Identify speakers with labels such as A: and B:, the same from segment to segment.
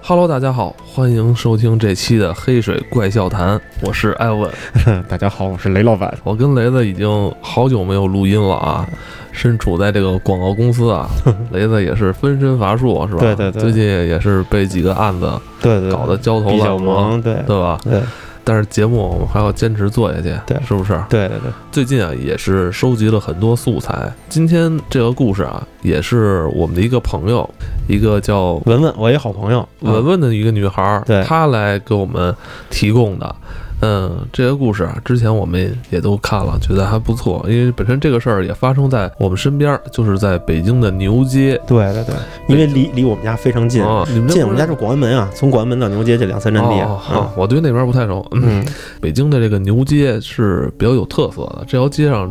A: Hello，大家好，欢迎收听这期的《黑水怪笑谈》，我是艾文。
B: 大家好，我是雷老板。
A: 我跟雷子已经好久没有录音了啊，身处在这个广告公司 啊，雷子也是分身乏术，啊是吧？
B: 对对对
A: 最近也是被几个案子
B: 对对
A: 搞得焦头
B: 比
A: 烂
B: 较
A: 额，
B: 忙，对
A: 对吧？
B: 对
A: 但是节目我们还要坚持做下去，
B: 对
A: 是不是？
B: 对对对，
A: 最近啊，也是收集了很多素材。今天这个故事啊，也是我们的一个朋友，一个叫
B: 文文，我一好朋友，啊
A: 文文的一个女孩儿，
B: 嗯对
A: 她来给我们提供的。嗯，这个故事啊，之前我们也都看了，觉得还不错。因为本身这个事儿也发生在我们身边儿，就是在北京的牛街
B: 对对对，因为离离我们家非常近，
A: 啊。你们这
B: 近我
A: 不
B: 们
A: 是
B: 家是广安门啊，从广安门到牛街这两三站地。
A: 哦
B: 啊。
A: 好，我对那边不太熟。嗯，
B: 嗯，
A: 北京的这个牛街是比较有特色的，这条街上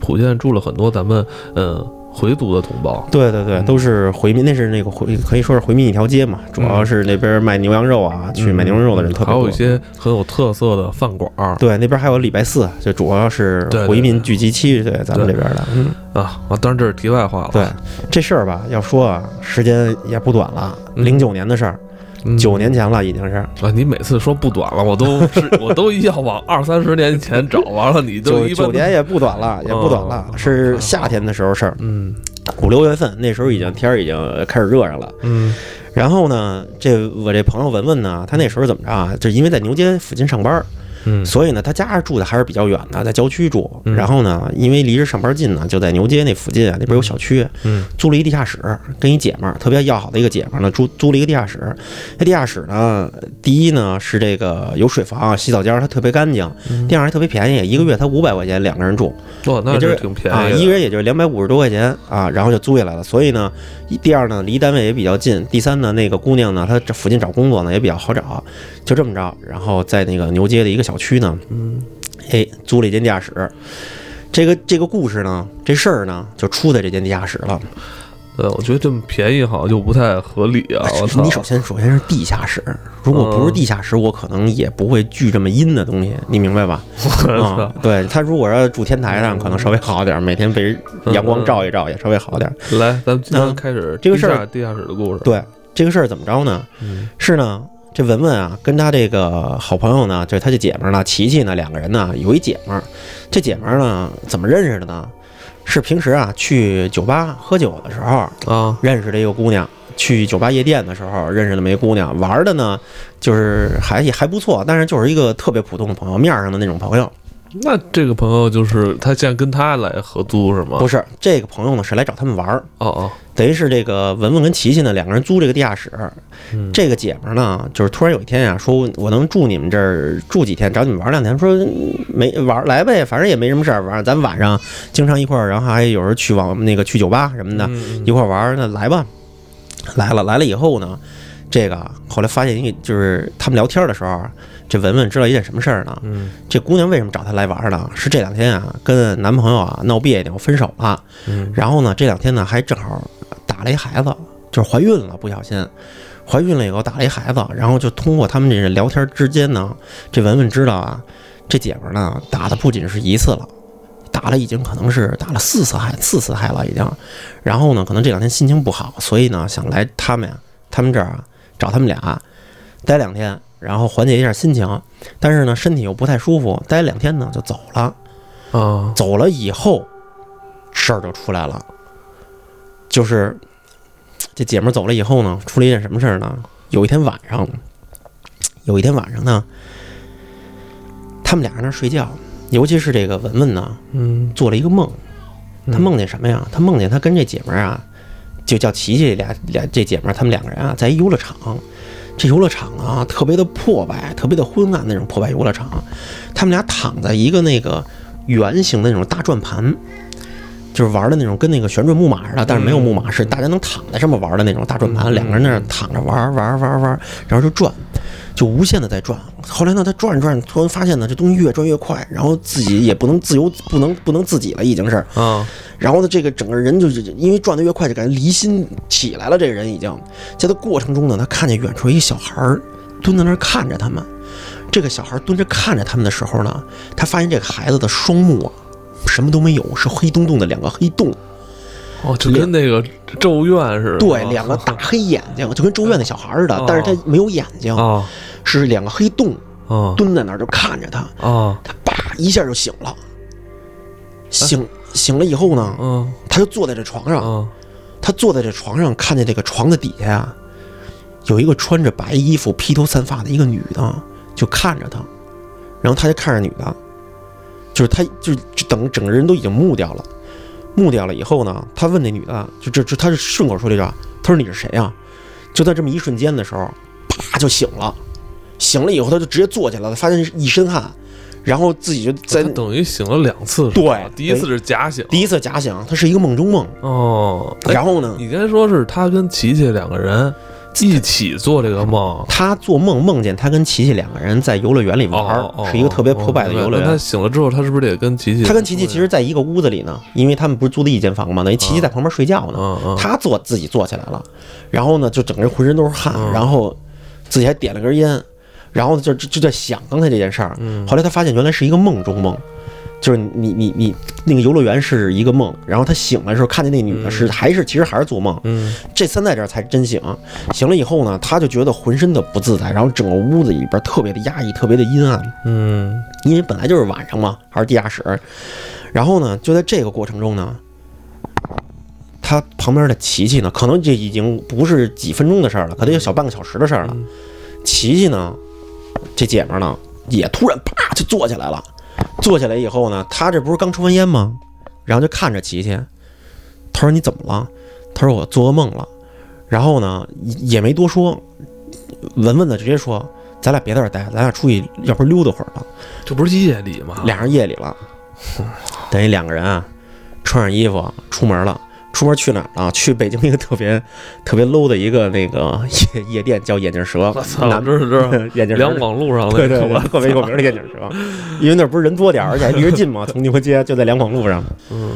A: 普遍住了很多咱们嗯回族的同胞。
B: 对对
A: 嗯
B: 对，都是回民，那是那个回，可以说是回民一条街嘛，主要是那边卖牛羊肉啊，去买牛羊肉的人特别
A: 嗯还有
B: 多
A: 一。些很有特色的饭馆儿
B: 对，那边还有礼拜四，啊就主要是
A: 对对
B: 回民聚集区，对咱们这边的。嗯，
A: 啊啊，当然这是题外话了。
B: 对这事儿吧，要说啊，时间也不短了，
A: 嗯
B: 零九年的事儿，
A: 嗯
B: 九年前了已经是。
A: 啊，你每次说不短了，我都是我都要往二三十年前找，完了你都
B: 九
A: 一般
B: 九年也不短了，也不短了，
A: 哦
B: 是夏天的时候事儿，
A: 嗯
B: 五六月份那时候已经天儿已经开始热上了。
A: 嗯
B: 然后呢，这我这朋友文文呢，他那时候怎么着啊？就因为在牛街附近上班儿，
A: 嗯
B: 所以呢，他家住的还是比较远的，在郊区住。
A: 嗯
B: 然后呢，因为离着上班近呢，就在牛街那附近啊，那边有小区，
A: 嗯
B: 租了一地下室，跟一姐们儿特别要好的一个姐们儿呢，租租了一个地下室。那地下室呢，第一呢是这个有水房、洗澡间儿，它特别干净，
A: 嗯
B: 第二还特别便宜，一个月才五百块钱两个人住。
A: 哇，那
B: 也就是是
A: 挺便
B: 啊，
A: 宜的。
B: 一个人也就两百五十多块钱啊，然后就租下来了。所以呢，一第二呢，离单位也比较近；第三呢，那个姑娘呢，她这附近找工作呢也比较好找，就这么着。然后在那个牛街的一个小区呢，
A: 嗯
B: 哎，租了一间地下室。这个这个故事呢，这事儿呢，就出在这间地下室了。
A: 对，呃我觉得这么便宜好像就不太合理啊！我操嗯
B: 你，首先首先是地下室，如果不是地下室，我可能也不会聚这么阴的东西，你明 白吧？啊、对他如果要住天台上，可能稍微好点儿，每天被人
A: 嗯
B: 阳光照一照也稍微好点儿。
A: 来，咱们今天
B: 嗯
A: 开始
B: 这个事儿
A: 地下地下室的故事。
B: 对这个事儿怎么着呢？
A: 嗯
B: 是呢，这文文啊，跟他这个好朋友呢，就是他这姐们儿呢，琪琪呢，两个人呢，有一姐们儿，这姐们儿呢，怎么认识的呢？是平时啊去酒吧喝酒的时候
A: 啊，
B: 认识的一个姑娘，去酒吧夜店的时候认识的没姑娘，玩的呢就是还也还不错，但是就是一个特别普通的朋友，面儿上的那种朋友。
A: 那这个朋友就是他现在跟他来合租是吗？
B: 不是这个朋友呢是来找他们玩儿，
A: 哦哦，
B: 等于是这个文文跟琪琪呢两个人租这个地下室，
A: 嗯
B: 这个姐们儿呢，就是突然有一天呀、说我能住你们这儿住几天，找你们玩两天，说嗯没玩儿来呗，反正也没什么事儿，晚上咱晚上经常一块儿，然后还有时候去往那个去酒吧什么的，
A: 嗯
B: 一块儿玩儿，那来吧，来了来了以后呢，这个后来发现一个就是他们聊天的时候，这文文知道一件什么事儿呢？
A: 嗯
B: 这姑娘为什么找他来玩儿呢？是这两天啊跟男朋友啊闹别扭分手了。
A: 嗯
B: 然后呢，这两天呢还正好打了一孩子，就是怀孕了，不小心怀孕了以后打了一孩子，然后就通过他们这聊天之间呢，这文文知道啊，这姐们儿呢打的不仅是一次了。打了已经可能是打了四次害四次害了已经，然后呢，可能这两天心情不好，所以呢想来他们呀，他们这儿啊找他们俩待两天，然后缓解一下心情，但是呢身体又不太舒服，待两天呢就走了。
A: 啊，
B: 走了以后，事儿就出来了，就是这姐们儿走了以后呢，出了一件什么事儿呢？有一天晚上，有一天晚上呢，他们俩人那儿睡觉，尤其是这个文文呢，
A: 嗯
B: 做了一个梦，
A: 嗯
B: 她梦见什么呀？她梦见她跟这姐们儿啊，就叫琪琪俩俩这姐们儿，她们两个人啊，在一游乐场。这游乐场啊，特别的破败，特别的昏暗那种破败游乐场。他们俩躺在一个那个圆形的那种大转盘，就是玩的那种跟那个旋转木马似的，但是没有木马，是大家能躺在上面玩的那种大转盘。两个人那儿躺着玩玩玩玩，然后就转，就无限的在转。后来呢，他转着转，突然发现呢，这东西越转越快，然后自己也不能自由，不能不能自己了，已经是。
A: 啊，
B: 然后呢，这个整个人就是因为转得越快，就感觉离心起来了。这个人已经在他过程中呢，他看见远处一小孩儿蹲在那儿看着他们。这个小孩儿蹲着看着他们的时候呢，他发现这个孩子的双目啊，什么都没有，是黑洞洞的两个黑洞。
A: 哦，就跟那个咒怨似的，
B: 对，两个大黑眼睛，就跟咒怨那小孩似的
A: 哦，
B: 但是他没有眼睛，
A: 啊
B: 是两个黑洞
A: 啊
B: 蹲在那儿就看着他，
A: 啊
B: 他叭一下就醒了，醒醒了以后呢，
A: 嗯
B: 他就坐在这床上，
A: 啊
B: 他坐在这床上，看见这个床的底下啊，有一个穿着白衣服、披头散发的一个女的，就看着他，然后他就看着女的，就是他就是就等整个人都已经木掉了，木掉了以后呢，他问那女的，就这这他是顺口说了一句话，他说你是谁啊？就在这么一瞬间的时候，啪就醒了，醒了以后他就直接坐起来了，发现是一身汗，然后自己就在
A: 他等于醒了两次，
B: 对哎
A: 第一次是假醒，
B: 第一次假想，他是一个梦中梦，
A: 哦，哎
B: 然后呢，
A: 你刚才说是他跟琪琪两个人一起做这个梦，
B: 他做梦梦见他跟琪琪两个人在游乐园里玩儿，
A: 哦哦
B: 是一个特别破败的
A: 哦明白
B: 游乐
A: 那他
B: 园。
A: 醒了之后，他是不是得跟琪琪？
B: 他跟琪琪其实在一个屋子里呢，因为他们不是租的一间房嘛，等于
A: 啊
B: 琪琪在旁边睡觉呢。
A: 嗯嗯
B: 他坐自己坐起来了，然后呢，就整个人浑身都是汗，
A: 嗯
B: 然后自己还点了根烟，然后就就就在想刚才这件事儿。
A: 嗯
B: 后来他发现原来是一个梦中梦，就是你你你那个游乐园是一个梦，然后他醒来的时候看见那女的是、还是其实还是做梦，
A: 嗯
B: 这三在这儿才真醒。醒了以后呢，他就觉得浑身的不自在，然后整个屋子里边特别的压抑，特别的阴暗，
A: 嗯
B: 因为本来就是晚上嘛，还是地下室。然后呢，就在这个过程中呢，他旁边的琪琪呢，可能这已经不是几分钟的事儿了，可能有小半个小时的事儿了。琪琪呢，这姐们儿呢，也突然啪就坐起来了。坐起来以后呢，她这不是刚抽完烟吗？然后就看着琪琪，她说：“你怎么了？”她说：“我做噩梦了。”然后呢，也也没多说，文文的直接说：“咱俩别在这儿待，咱俩出去，要不然溜达会儿吧。”
A: 这不是夜里吗？
B: 俩人夜里了， 等于两个人啊，穿上衣服出门了。出门去哪儿了？去北京一个特别特别 low 的一个那个夜夜店，叫眼镜蛇
A: 我。操，
B: 南
A: 这是 这是
B: 眼镜蛇
A: 两广路上那
B: 对对
A: 个
B: 对，
A: 吧？
B: 特别有名的眼镜蛇，因为那儿不是人多点儿，而且还离着近嘛，从牛河街就在两广路上。
A: 嗯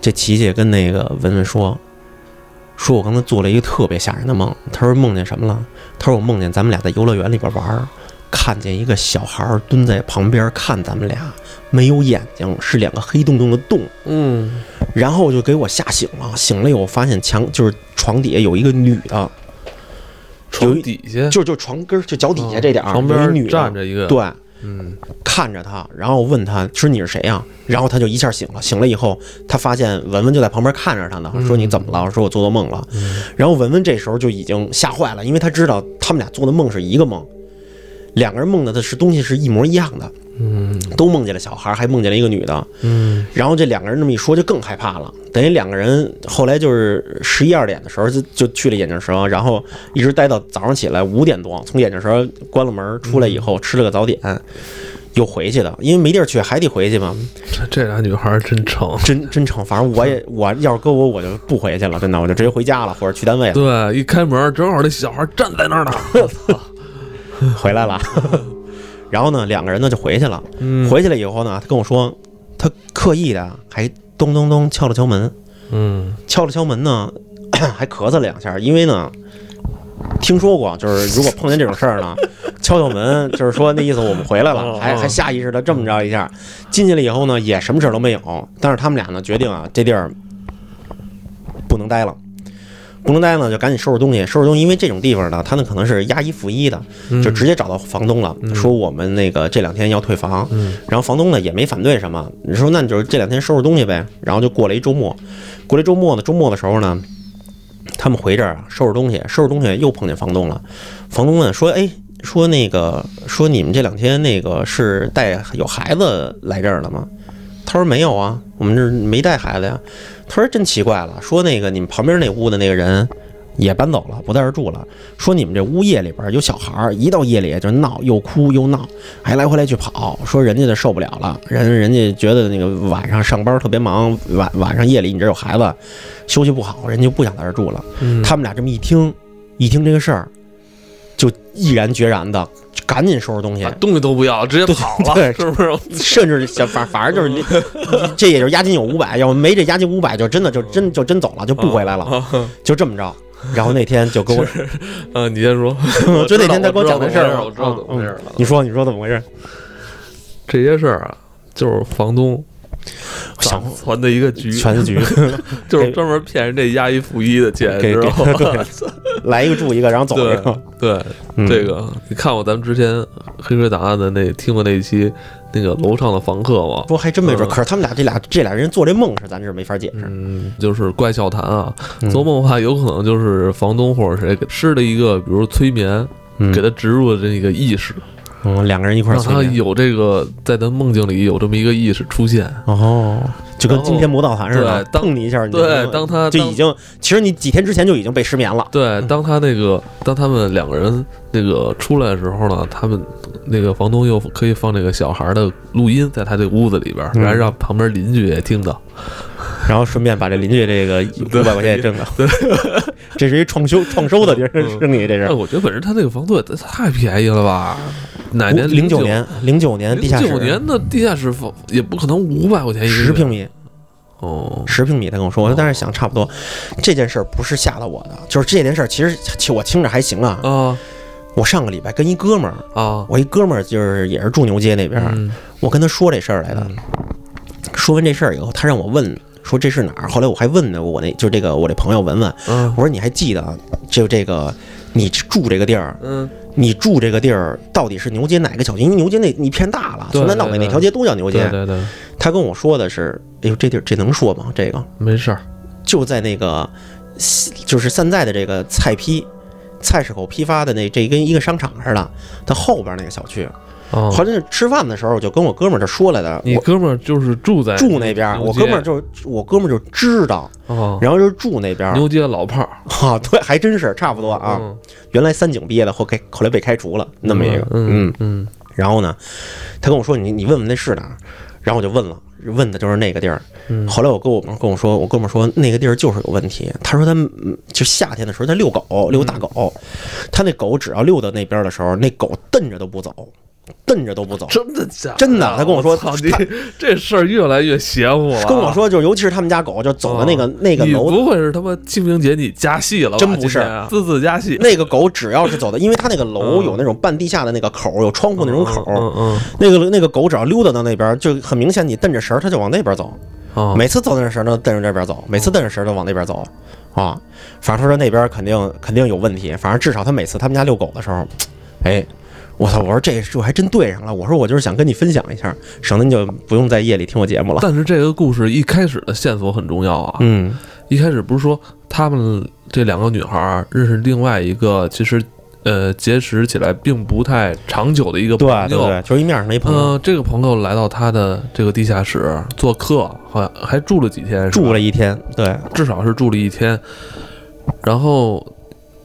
B: 这琪琪跟那个文文说，说我刚才做了一个特别吓人的梦。他说梦见什么了？他说我梦见咱们俩在游乐园里边玩儿，看见一个小孩儿蹲在旁边看咱们俩，没有眼睛，是两个黑洞洞的洞。
A: 嗯
B: 然后就给我吓醒了，醒了以后发现墙就是床底下有一个女的，有
A: 床
B: 一
A: 底下
B: 就就床根儿就脚底下
A: 嗯
B: 这点儿、
A: 旁
B: 有一
A: 边
B: 女的
A: 站着一个，，
B: 对，
A: 嗯
B: 看着他，然后问他说你是谁呀、啊然后他就一下醒了，醒了以后，他发现文文就在旁边看着他呢，
A: 嗯
B: 说你怎么了？说我做噩梦了。然后文文这时候就已经吓坏了，因为他知道他们俩做的梦是一个梦，两个人梦的的是东西是一模一样的，
A: 嗯
B: 都梦见了小孩，还梦见了一个女的。
A: 嗯
B: 然后这两个人这么一说，就更害怕了。等于两个人后来就是十一二点的时候就就去了眼镜蛇，然后一直待到早上起来五点多，从眼镜蛇关了门出来以后，吃了个早点，又回去的，因为没地儿去，还得回去嘛。
A: 这这俩女孩儿真成。
B: 真真成，反正我也我要是搁我，我就不回去了，真的，我就直接回家了，或者去单位了。
A: 对，一开门正好那小孩站在那儿呢。
B: 回来了。然后呢，两个人呢就回去了。
A: 嗯
B: 回去了以后呢，他跟我说，他刻意的还咚咚咚敲了敲门，
A: 嗯
B: 敲了敲门呢， 还咳嗽两下，因为呢，听说过，就是如果碰见这种 事儿呢，敲敲门，就是说那意思我们回来
A: 哦
B: 了，还
A: 哦
B: 还下意识的这么着一下，进去了以后呢，也什么事儿都没有，但是他们俩呢决定啊，这地儿不能待了。不能待呢，就赶紧收拾东西，收拾东西，因为这种地方呢，他们可能是押一付一的，就直接找到房东了，说我们那个这两天要退房，然后房东呢也没反对什么，你说那你就是这两天收拾东西呗，然后就过了一周末，过了一周末呢，周末的时候呢，他们回这儿啊收拾东西，收拾东西又碰见房东了，房东问说，哎，说那个说你们这两天那个是带有孩子来这儿了吗？他说没有啊，我们这儿没带孩子呀。他说真奇怪了，说那个你们旁边那屋的那个人也搬走了，不在这儿住了。说你们这屋夜里边有小孩儿，一到夜里就闹，又哭又闹，还来回来去跑。说人家的受不了了，人人家觉得那个晚上上班特别忙，晚晚上夜里你这有孩子，休息不好，人家就不想在这儿住了。
A: 嗯，
B: 他们俩这么一听，一听这个事儿，就毅然决然的赶紧收拾东西，
A: 把东西都不要，直接跑了，
B: 对
A: 是不是？
B: 甚至想反反正就是你，这也就是押金有五百，要没这押金五百，就真的就真就真走了，就不回来了，
A: 了。
B: 就这么着。然后那天哦 就跟我，
A: 嗯，啊你先说
B: 。就那天他给我讲的事儿嗯
A: 我知道怎么回事儿了我知道怎么回事儿了。
B: 你说你说怎么回事？
A: 这些事儿啊，就是房东
B: 想
A: 传的一个局，
B: 全局
A: 就是专门骗人这押一付一的钱，
B: 给
A: 知道
B: 给
A: 吗？
B: 来一个住一个，然后走
A: 对
B: 一个。
A: 对，
B: 嗯
A: 这个你看过咱们之前黑水档案的那听过那一期那个楼上的房客吗？
B: 说还真没准，
A: 嗯
B: 可是他们俩这俩这俩人做这梦是咱这没法解释。
A: 嗯，就是怪笑谈啊，
B: 嗯
A: 做梦的话有可能就是房东或者谁给施了一个，比如催眠，
B: 嗯
A: 给他植入了这个意识，
B: 嗯，两个人一块儿
A: 让
B: 催
A: 他
B: 眠
A: 有这个在他梦境里有这么一个意识出现。
B: 哦，就跟今天魔道坛似的，
A: 对当
B: 碰你一下，你就
A: 对，当他
B: 就
A: 当
B: 已经，嗯其实你几天之前就已经被失眠了。
A: 对，当他那个当他们两个人那个出来的时候呢，他们那个房东又可以放这个小孩的录音在他这屋子里边，
B: 嗯
A: 然后让旁边邻居也听到。
B: 然后顺便把这邻居这个五百块钱也挣了。对， 这是一创修创收的，这是
A: 嗯
B: 生意，这
A: 哎，
B: 是。
A: 我觉得本身他那个房租也太便宜了吧？哪年？
B: 零
A: 啊九
B: 九。年，零九年地
A: 零
B: 下
A: 九
B: 室，
A: 年的地下室房也不可能五百块钱一个月
B: 十平米，
A: 哦，
B: 十平米。他跟我说，我当时想差不多。这件事儿不是吓到我的，就是这件事儿，其实其我听着还行啊。
A: 啊
B: 我上个礼拜跟一哥们儿，
A: 啊，
B: 我一哥们儿就是也是住牛街那边儿，
A: 嗯
B: 我跟他说这事儿来的。说完这事儿以后，他让我问说这是哪儿。后来我还问呢，我那就是这个我这朋友文文，
A: 嗯
B: 我说你还记得啊就这个你住这个地儿，
A: 嗯
B: 你住这个地儿到底是牛街哪个小区？因为牛街那那片大了，
A: 对
B: 从南到北
A: 对对
B: 那条街都叫牛
A: 对
B: 街。
A: 对对，
B: 他跟我说的是，哎呦，这地儿这能说吗？这个
A: 没事儿，
B: 就在那个就是现在的这个菜批。菜市口批发的那这跟一个商场似的，它后边那个小区。
A: 哦，
B: 后来那吃饭的时候，我就跟我哥们儿这说来的，
A: 你
B: 我
A: 哥们儿就是住在
B: 住那边儿，
A: 牛
B: 我
A: 街
B: 哥们儿就我哥们儿就知道，
A: 哦，
B: 然后就住那边儿。
A: 牛街老炮儿
B: 啊， 对，还真是差不多啊。
A: 嗯
B: 原来三井毕业的，后开后来被开除了，那么一个，
A: 嗯嗯
B: 然后呢，他跟我说你你问问那是哪儿，然后我就问了，问的就是那个地儿。
A: 嗯
B: 后来我跟我跟我说，我哥们儿说那个地儿就是有问题。他说他嗯就夏天的时候他遛
A: 嗯
B: 狗，遛大狗，他那狗只要遛到那边的时候，那狗瞪着都不走，瞪着都不走。
A: 真的假的？
B: 真的他跟我说
A: 操你这事儿越来越邪乎了啊。嗯
B: 跟我说，就是尤其是他们家狗，就走到那个、那个
A: 你
B: 楼
A: 不会是他妈清明节你加戏了吧？
B: 真不是
A: 今天啊，字字加戏。
B: 那个狗只要是走的，因为它那个楼
A: 嗯
B: 有那种半地下的那个口儿，有窗户那种口儿，
A: 嗯嗯
B: 那个那个狗只要溜达到那边儿，就很明显，你瞪着神儿，它就往那边走。
A: 嗯哦，
B: 每次走那神儿呢，瞪着这边走；每次瞪着神儿都往那边走。啊，反正他说那边肯定肯定有问题，反正至少他每次他们家遛狗的时候，哎，我操！我说这这还真对上了。我说我就是想跟你分享一下，省得你就不用在夜里听我节目了。
A: 但是这个故事一开始的线索很重要啊。
B: 嗯
A: 一开始不是说他们这两个女孩儿认识另外一个，其实呃结识起来并不太长久的一个朋
B: 对
A: 友。
B: 对对，就是一面上没朋友、
A: 哦嗯、这个朋友来到他的这个地下室做客，好像还住了几天，是吧
B: 住了一天，对，
A: 至少是住了一天。然后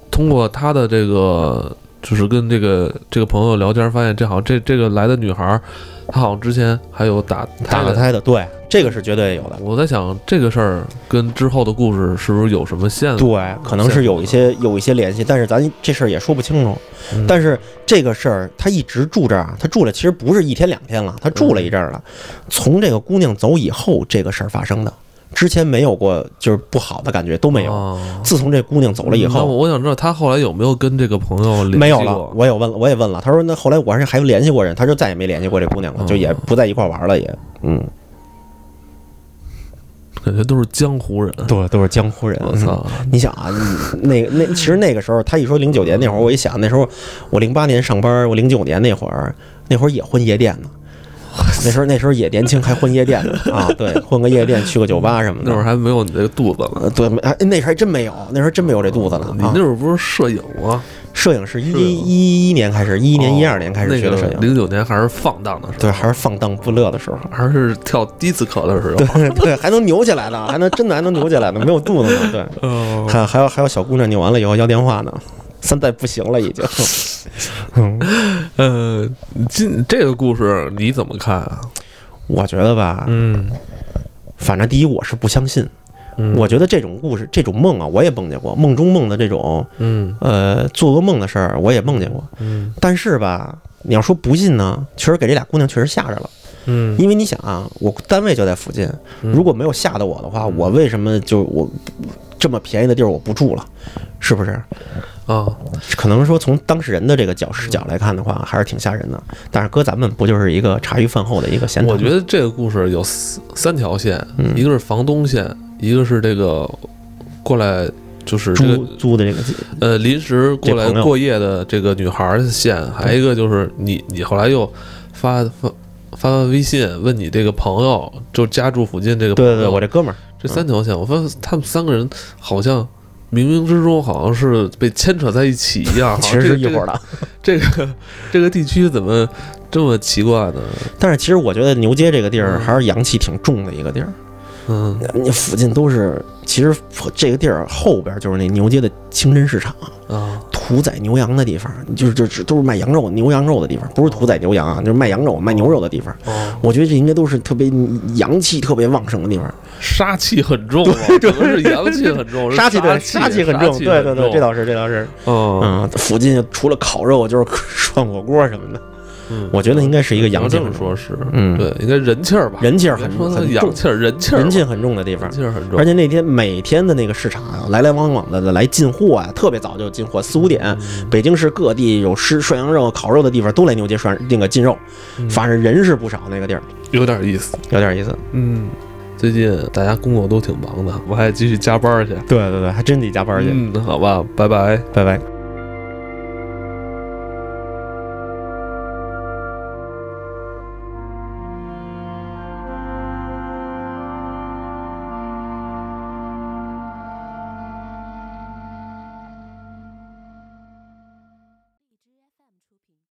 A: 通过他的这个，就是跟这个这个朋友聊天，发现这好像这这个来的女孩儿，她好像之前还有打
B: 打了
A: 胎的。
B: 胎的，对，这个是绝对有的。
A: 我在想这个事儿跟之后的故事是不是有什么线索？
B: 对，可能是有一些有一些联系，但是咱这事儿也说不清楚。
A: 嗯
B: 但是这个事儿，他一直住这儿啊，他住了其实不是一天两天了，他住了一阵儿了。
A: 嗯
B: 从这个姑娘走以后，这个事儿发生的，之前没有过就是不好的感觉都没有。
A: 啊
B: 自从这姑娘走了以
A: 那
B: 后，
A: 我我想知道他后来有没有跟这个朋友联系过？
B: 没有了。我也问了，我也问了，他说那后来我还是还联系过人，他就再也没联系过这姑娘了，就
A: 哦
B: 也不在一块儿玩了，也嗯，
A: 感觉都是江湖人。
B: 都都是江湖人。
A: 我操！
B: 你想啊，你那那其实那个时候，他一说零九年那会儿，我一想，那时候我零八年上班，我零九年那会儿，那会儿也混夜店 呢。那时候那时候也年轻，还混夜店呢啊，对，混个夜店，去个酒吧什么
A: 那会
B: 的。
A: 儿还没有你这个肚子呢，
B: 呃对，没哎那时候还真没有，那时候真没有这肚子呢
A: 哦你
B: 啊
A: 那！会儿不是摄影吗？
B: 摄影是一
A: 摄影
B: 一一年开始，一一年一二年开始学的摄影，
A: 哦零九年还是放荡的时候，
B: 对，还是放荡不乐的时候，
A: 还是跳迪斯科的时候，
B: 对对，还能扭起来呢，还能真的还能扭起来呢，没有肚子呢，对。
A: 哦，
B: 还还有还有小姑娘扭完了以后要电话呢，三代不行了已经。
A: 呃，今这个故事你怎么看啊？
B: 我觉得吧，
A: 嗯，
B: 反正第一我是不相信，
A: 嗯
B: 我觉得这种故事、这种梦啊，我也梦见过，梦中梦的这种
A: 嗯
B: 呃做噩梦的事儿，我也梦见过。
A: 嗯
B: 但是吧，你要说不信呢，确实给这俩姑娘确实吓着了。
A: 嗯
B: 因为你想啊，我单位就在附近，如果没有吓到
A: 嗯
B: 我的话，我为什么就我这么便宜的地儿我不住了？是不是？
A: 啊、啊，
B: 可能说从当事人的这个角视角来看的话，还是挺吓人的。但是搁咱们不就是一个茶余饭后的一个闲谈？
A: 我觉得这个故事有三三条线，
B: 嗯
A: 一个是房东线，一个是这个过来就是这
B: 租
A: 个
B: 租的这个
A: 呃临时过来
B: 这朋友
A: 过夜的这个女孩儿线，还有一个就是你你后来又发发。发完微信问你这个朋友，就家住附近这个朋
B: 对
A: 友，
B: 对对，我这哥们儿，
A: 这三条线，我发现他们三个人好像冥冥之中好像是被牵扯在一起一样，好像
B: 其实是一
A: 这个
B: 伙儿的。
A: 这个这个这个地区怎么这么奇怪呢？
B: 但是其实我觉得牛街这个地
A: 嗯
B: 儿还是阳气挺重的一个地儿，
A: 嗯，
B: 你附近都是，其实这个地儿后边就是那牛街的清真市场，
A: 啊，
B: 屠宰牛羊的地方，就是就只都是卖羊肉、牛羊肉的地方，不是屠宰牛羊啊，就是卖羊肉、卖牛肉的地方。
A: 哦，
B: 我觉得这应该都是特别阳气特别旺盛的地方，
A: 杀气很重啊，可能是阳气很重，是
B: 杀气对
A: 气
B: 杀气很重，对对对，这倒是这倒是，
A: 嗯
B: 嗯，附近除了烤肉就是 涮火锅什么的，
A: 嗯，
B: 我觉得应该是一个阳气
A: 这么
B: 很重，
A: 说是，
B: 嗯，
A: 对，应该人气儿吧，
B: 人气儿很
A: 说它
B: 很
A: 阳
B: 重，
A: 气儿，人气儿吧，
B: 人气很重的地方
A: 人。气儿很重
B: 而，且那天每天的那个市场啊，来来往往的来进货啊，特别早就进货，四五点，北京市各地有吃涮羊肉、烤肉的地方都来牛街涮那个进肉，
A: 嗯
B: 反正人是不少那个地儿，
A: 有点意思，
B: 有点意思。
A: 嗯。最近大家工作都挺忙的，我还继续加班儿去。嗯
B: 对对对，还真得加班去。
A: 嗯，好吧，拜拜。
B: 拜拜。